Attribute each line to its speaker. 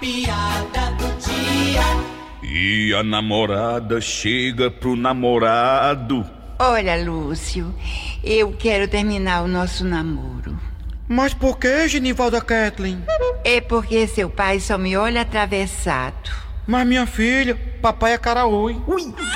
Speaker 1: piada do dia.
Speaker 2: E a namorada chega pro namorado.
Speaker 3: Olha, Lúcio, eu quero terminar o nosso namoro.
Speaker 4: Mas por que, Genivalda Kathleen?
Speaker 3: É porque seu pai só me olha atravessado.
Speaker 4: Mas minha filha, papai é caraú.
Speaker 3: Ui!